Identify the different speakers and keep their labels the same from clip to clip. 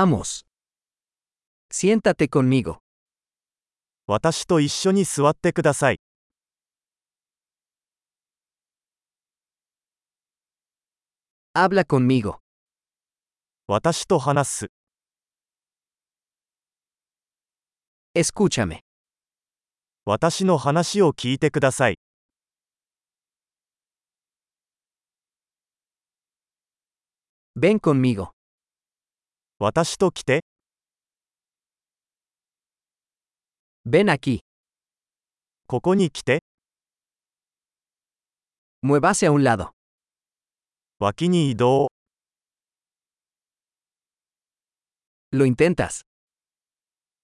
Speaker 1: Vamos. Siéntate conmigo.
Speaker 2: 私と一緒に座ってください。
Speaker 1: Habla conmigo.
Speaker 2: 私と話す。
Speaker 1: Escúchame.
Speaker 2: 私の話を聞いてください。
Speaker 1: Ven conmigo.
Speaker 2: 私と来て、
Speaker 1: Ven aquí.
Speaker 2: ここに来て、
Speaker 1: Muévase a un lado.
Speaker 2: 脇に移動。
Speaker 1: Lo intentas.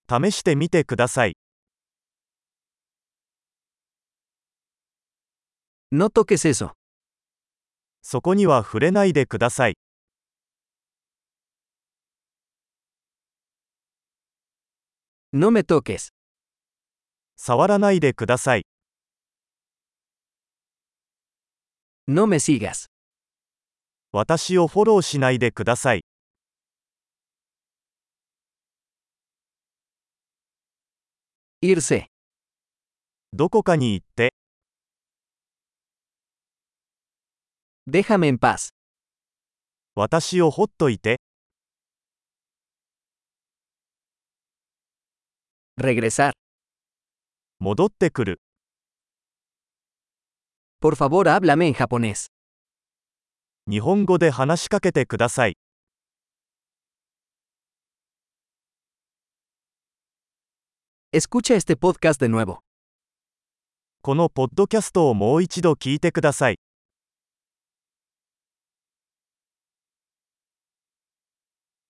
Speaker 2: 試してみてください。
Speaker 1: No toques eso.
Speaker 2: そこには触れないでください。
Speaker 1: No me toques.
Speaker 2: 触らないでください。
Speaker 1: No me sigas.
Speaker 2: 私をフォローしないでください。
Speaker 1: Irse.
Speaker 2: どこかに行って、
Speaker 1: Déjame en paz.
Speaker 2: 私をほっといて、
Speaker 1: Regresar.
Speaker 2: 戻ってくる。
Speaker 1: Por favor, háblame en japonés.
Speaker 2: 日本語で話しかけてください。
Speaker 1: Escucha este podcast de nuevo.
Speaker 2: このポッドキャストをもう一度聞いてください。